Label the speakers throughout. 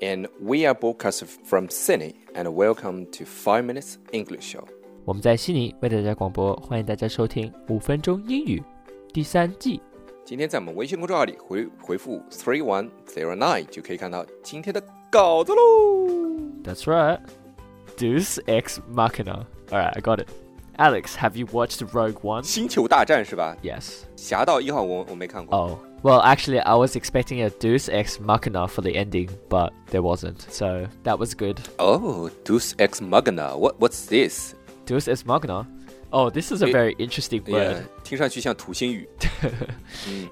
Speaker 1: And we are broadcasters from Sydney, and welcome to Five Minutes English Show.
Speaker 2: 我们在悉尼为大家广播，欢迎大家收听五分钟英语第三季。
Speaker 1: 今天在我们微信公众号里回回复 three one zero nine 就可以看到今天的稿子喽。
Speaker 2: That's right, Deus ex machina. All right, I got it. Alex, have you watched Rogue One?
Speaker 1: 星球大战是吧？
Speaker 2: Yes.
Speaker 1: 侠盗一号我我没看过。
Speaker 2: Oh, well, actually, I was expecting a Deus ex machina for the ending, but there wasn't. So that was good.
Speaker 1: 哦、d e u s Ex Magna，what what's this？
Speaker 2: Deus ex machina. Oh, this is a
Speaker 1: It-
Speaker 2: very interesting word.
Speaker 1: 呃，听上去像土星语。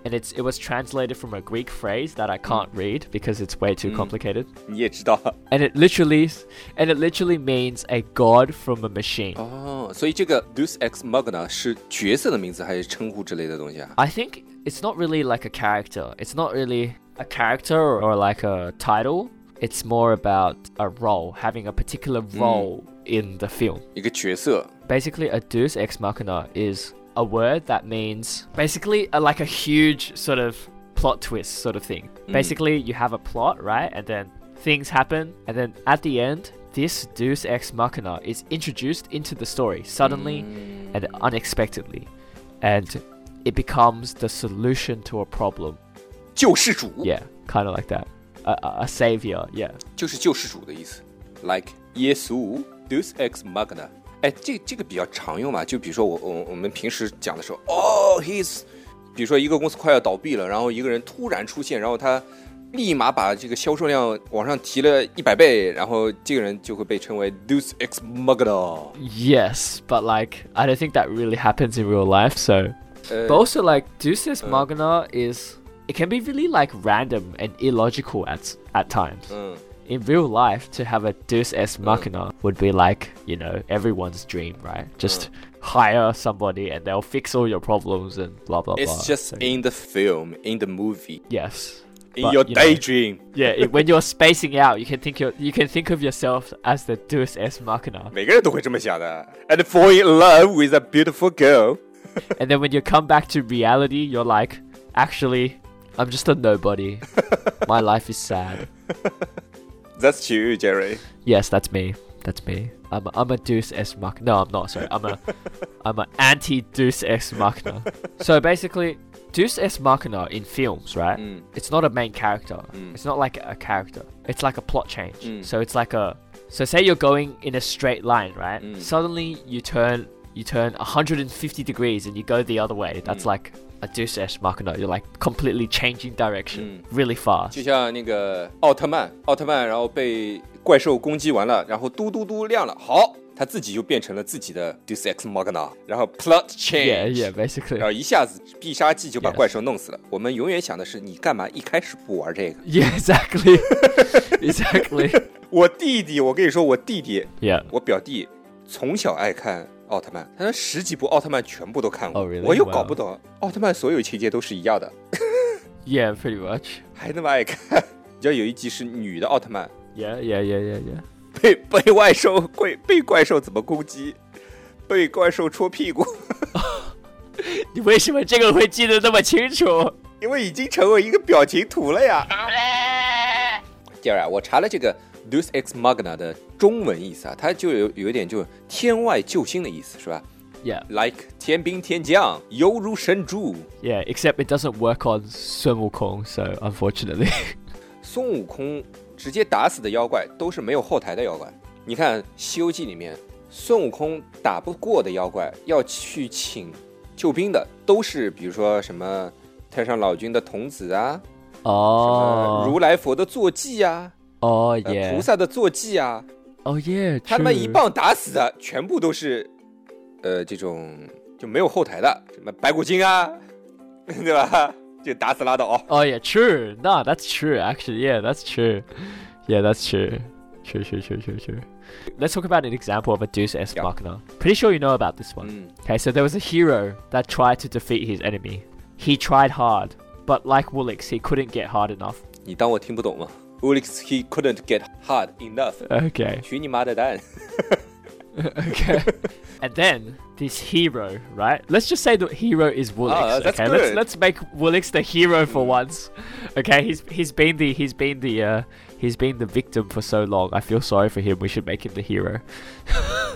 Speaker 2: and it's it was translated from a Greek phrase that I can't read because it's way too complicated.
Speaker 1: 你也知道
Speaker 2: And it literally and it literally means a god from a machine.
Speaker 1: 哦所以这个 Deus Ex Magna 是角色的名字还是称呼之类的东西啊？
Speaker 2: I think it's not really like a character. It's not really a character or, or like a title. It's more about a role, having a particular role in the film.
Speaker 1: 一个角色，
Speaker 2: Basically, a deus ex machina is a word that means basically a, like a huge sort of plot twist sort of thing. Basically, you have a plot, right? And then things happen, and then at the end, this deus ex machina is introduced into the story suddenly and unexpectedly, and it becomes the solution to a problem.
Speaker 1: 救世主
Speaker 2: Yeah, kind of like that. A, a, a savior, yeah.
Speaker 1: 就是救世主的意思，like 耶稣 Deus Ex Magna。哎，这这个比较常用嘛，就比如说我我我们平时讲的时候，哦，he's，比如说一个公司快要倒闭了，然后一个人突然出现，然后他立马把这个销售量往上提了一百倍，然后这个人就会被称为 Deus Ex Magna。
Speaker 2: Yes, but like I don't think that really happens in real life, so
Speaker 1: Uh,
Speaker 2: but also like Deus Ex Magna is it can be really like random and illogical at s- at times.
Speaker 1: uh.
Speaker 2: In real life to have a Deus Ex Machina would be like, you know, everyone's dream, right?
Speaker 1: Uh.
Speaker 2: Just hire somebody and they'll fix all your problems and blah blah blah.
Speaker 1: It's just
Speaker 2: So,
Speaker 1: in the film, in the movie,
Speaker 2: yes.
Speaker 1: in
Speaker 2: But,
Speaker 1: your
Speaker 2: you know-
Speaker 1: daydream。
Speaker 2: Yeah, it, when you're spacing out, you can think you you can think of yourself as the Deus Ex Machina.
Speaker 1: 每个人都会这么想的。And fall in love with a beautiful girl。
Speaker 2: And then when you come back to reality, you're like, actually, I'm just a nobody. My life is sad.
Speaker 1: That's you, Jerry。
Speaker 2: Yes, that's me. That's me. I'm a, I'm a Deus Ex Machina. No, I'm not. Sorry. I'm a I'm an anti Deus Ex Machina. So basically, Deus Ex Machina in films, right?
Speaker 1: Mm. 嗯
Speaker 2: It's not a main character. It's not like a character. It's like a plot change. So it's like a so say you're going in a straight line, right? Suddenly you turn you turn 150 degrees and you go the other way. That's like a Deus Ex Machina. You're like completely changing direction really fast.
Speaker 1: 就像那个奥特曼，奥特曼然后被怪兽攻击完了，然后嘟嘟嘟亮了，好，他自己就变成了自己的 Deus Ex Machina，然后 plot change，
Speaker 2: Yeah, yeah, basically.
Speaker 1: 然后一下子必杀技就把
Speaker 2: Yes
Speaker 1: 怪兽弄死了。我们永远想的是，你干嘛一开始不玩这个？
Speaker 2: Yeah, exactly. exactly.
Speaker 1: 我弟弟，我跟你说，我弟弟，
Speaker 2: Yeah.
Speaker 1: 我表弟从小爱看奥特曼，他那十几部奥特曼全部都看过
Speaker 2: Oh, really?
Speaker 1: 我又搞不懂奥特曼所有情节都是一样的，
Speaker 2: Yeah, pretty much.
Speaker 1: 还那么爱看。 你知道有一集是女的奥特曼，
Speaker 2: Yeah, yeah, yeah, yeah, yeah.
Speaker 1: 被被怪兽怪被怪兽怎么攻击，被怪兽戳屁股，
Speaker 2: 你为什么这个会记得那么清楚？
Speaker 1: 因为已经成为一个表情图了呀。第二啊，我查了这个 Deus Ex Magna 的中文意思啊，它就有有一点就是天外救星的意思，是吧
Speaker 2: Yeah,
Speaker 1: ？Like 天兵天将，犹如神助。
Speaker 2: yeah. Except it doesn't work on Sun Wukong, so unfortunately.
Speaker 1: 孙悟空直接打死的妖怪都是没有后台的妖怪。你看《西游记》里面，孙悟空打不过的妖怪要去请救兵的，都是比如说什么太上老君的童子啊，什么
Speaker 2: 哦
Speaker 1: 如来佛的坐骑啊，
Speaker 2: 哦
Speaker 1: 呃
Speaker 2: Oh,
Speaker 1: uh,
Speaker 2: yeah.
Speaker 1: 菩萨的坐骑啊，
Speaker 2: Oh yeah，
Speaker 1: 他他妈
Speaker 2: true
Speaker 1: 一棒打死的全部都是，呃，这种就没有后台的，什么白骨精啊， 对吧？就打死拉倒。
Speaker 2: Oh yeah, true. No, that's true. Actually, yeah, that's true. Yeah, that's true. True, true, true, true, true. Let's talk about an example of a Deus Ex
Speaker 1: Yeah.
Speaker 2: Machina. Pretty sure you know about this one.
Speaker 1: Mm.
Speaker 2: Okay, so there was a hero that tried to defeat his enemy. He tried hard, but like Woolix, he couldn't get hard enough.
Speaker 1: 你当我听不懂吗？Alex he couldn't get hard enough。
Speaker 2: Okay,
Speaker 1: 许你妈的蛋！
Speaker 2: okay. and then this hero, right? Let's just say the hero is Woolix.
Speaker 1: Ah, that's
Speaker 2: okay, let's
Speaker 1: good.
Speaker 2: let's make Woolix the hero for once. Okay, he's he's been the he's been the uh, he's been the victim for so long. I feel sorry for him. We should make him the hero.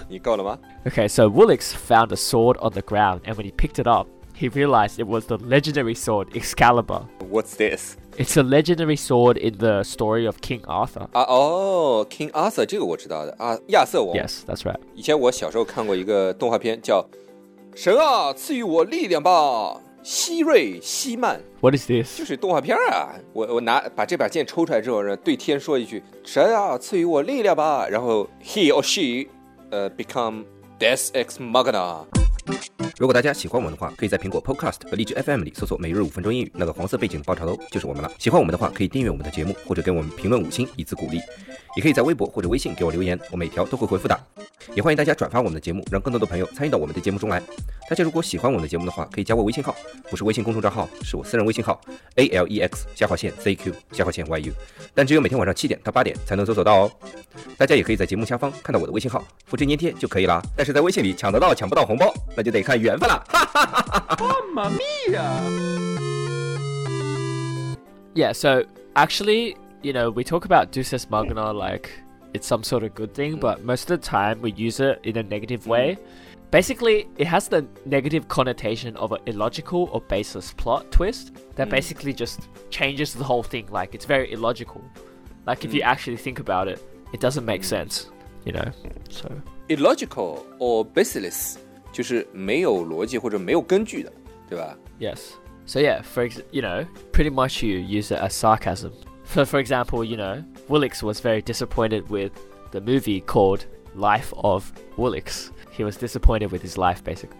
Speaker 1: 你够了吗？
Speaker 2: Okay, so Woolix found a sword on the ground, and when he picked it up, he realized it was the legendary sword Excalibur.
Speaker 1: What's this？
Speaker 2: It's a legendary sword in the story of King Arthur.
Speaker 1: 啊哦，King Arthur 这个我知道的啊，亚瑟王。
Speaker 2: Yes, that's right.
Speaker 1: 以前我小时候看过一个动画片，叫《神啊，赐予我力量吧，希瑞希曼》，
Speaker 2: What is this?
Speaker 1: 就是动画片儿啊。我我拿把这把剑抽出来之后呢，对天说一句：“神啊，赐予我力量吧。”然后 he or she，呃，become Deus Ex Machina。
Speaker 3: 如果大家喜欢我们的话，可以在苹果 Podcast 和荔枝 FM 里搜索“每日五分钟英语”，那个黄色背景的爆炒头就是我们了。喜欢我们的话，可以订阅我们的节目，或者给我们评论五星以资鼓励。也可以在微博或者微信给我留言，我每条都会回复的。也欢迎大家转发我们的节目，让更多的朋友参与到我们的节目中来。大家如果喜欢我们的节目的话，可以加我微信号，不是微信公众账号，是我私人微信号 a l e x 下划线 z q 下划线 y u，但只有每天晚上七点到八点才能搜索到哦。大家也可以在节目下方看到我的微信号，复制粘贴就可以啦。但是在微信里抢得到抢不到红包，那就得看缘分了。
Speaker 2: Yeah, so actually, you know, we talk about Deus Ex Machina like it's some sort of good thing, but most of the time we use it in a negative way. Basically, it has the negative connotation of an illogical or baseless plot twist that basically just changes the whole thing. Like, it's very illogical. Like, if you actually think about it, it doesn't make sense, you know? So,
Speaker 1: illogical or baseless，就是没有逻辑或者没有根据的，对吧？
Speaker 2: yes. So, yeah, for ex- you know, pretty much you use it as sarcasm. So, for example, you know, Woolix was very disappointed with the movie called Life of Woolix. He was disappointed with his life, basically.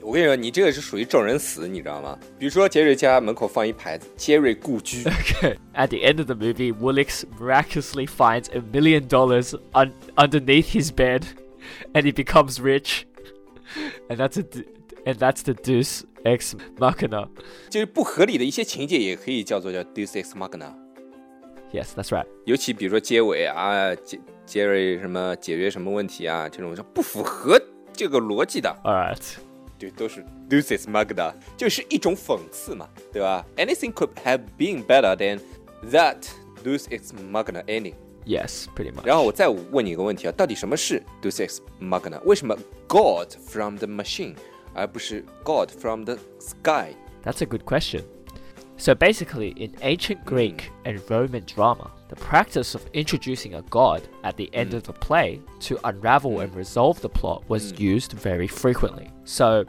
Speaker 1: 我跟你说，你这个是属于证人死，你知道吗？比如说杰瑞家门口放一牌子“杰瑞故居
Speaker 2: At the end of the movie, Woolix miraculously finds a million dollars un- underneath his bed, and he becomes rich. And that's a d- and that's the Deuce Ex Machina. ”，
Speaker 1: 就是不合理的一些情节也可以叫做叫 “Deus Ex Machina”。
Speaker 2: Yes, that's right.
Speaker 1: 尤其比如说结尾啊，杰杰瑞什么解决什么问题啊，这种是不符合这个逻辑的，
Speaker 2: All right.
Speaker 1: 对，都是 “Deus Ex Machina”，就是一种讽刺嘛，对吧？Anything could have been better than that “Deus Ex Machina” ending。
Speaker 2: Yes, pretty much.
Speaker 1: 然后我再问你一个问题啊，到底什么是 Deus Ex Machina？为什么 God from the machine，而不是 God from the sky？
Speaker 2: That's a good question. So basically, in ancient Greek and Roman drama, the practice of introducing a god at the end of the play to unravel and resolve the plot was used very frequently. So,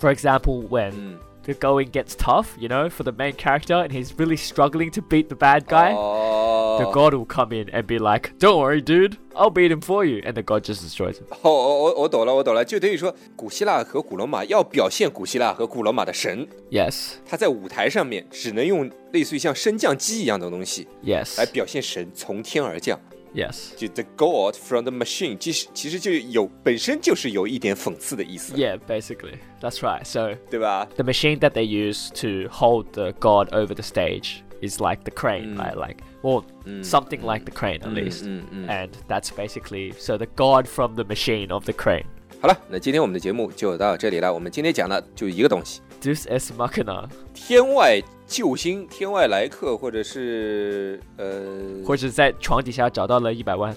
Speaker 2: for example, when the going gets tough, you know, for the main character and he's really struggling to beat the bad guy, the
Speaker 1: 哦
Speaker 2: god will come in and be like, Don't worry, dude, I'll beat him for you. And the god just destroys him.
Speaker 1: 哦，我我我懂了，我懂了，就等于说古希腊和古罗马要表现古希腊和古罗马的神，
Speaker 2: Yes,
Speaker 1: 他在舞台上面只能用类似于像升降机一样的东西
Speaker 2: yes,
Speaker 1: 来表现神从天而降，
Speaker 2: yes.
Speaker 1: 就 the God from the machine，其实其实就有本身就是有一点讽刺的意思，
Speaker 2: Yeah, basically. That's right. So
Speaker 1: 对吧？
Speaker 2: the machine that they use to hold the god over the stage is like the crane, right? Like, or something like the crane at least. And that's basically so the god from the machine of the crane.
Speaker 1: 好了，那今天我们的节目就到这里了，我们今天讲的就一个东西。
Speaker 2: Deus ex machina,
Speaker 1: 天外救星、天外来客，或者是呃，
Speaker 2: 或者在床底下找到了一百万。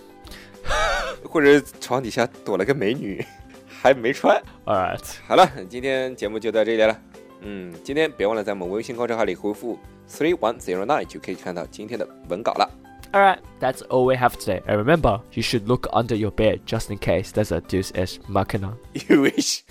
Speaker 1: 或者床底下躲了个美女，还没穿。
Speaker 2: All right.
Speaker 1: 好了，今天节目就到这里了。嗯，今天别忘了在我们微信公众号里回复 three one zero nine 就可以看到今天的文稿了。
Speaker 2: All right. That's all we have today. And remember, you should look under your bed just in case there's a Deus ex machina.
Speaker 1: You wish。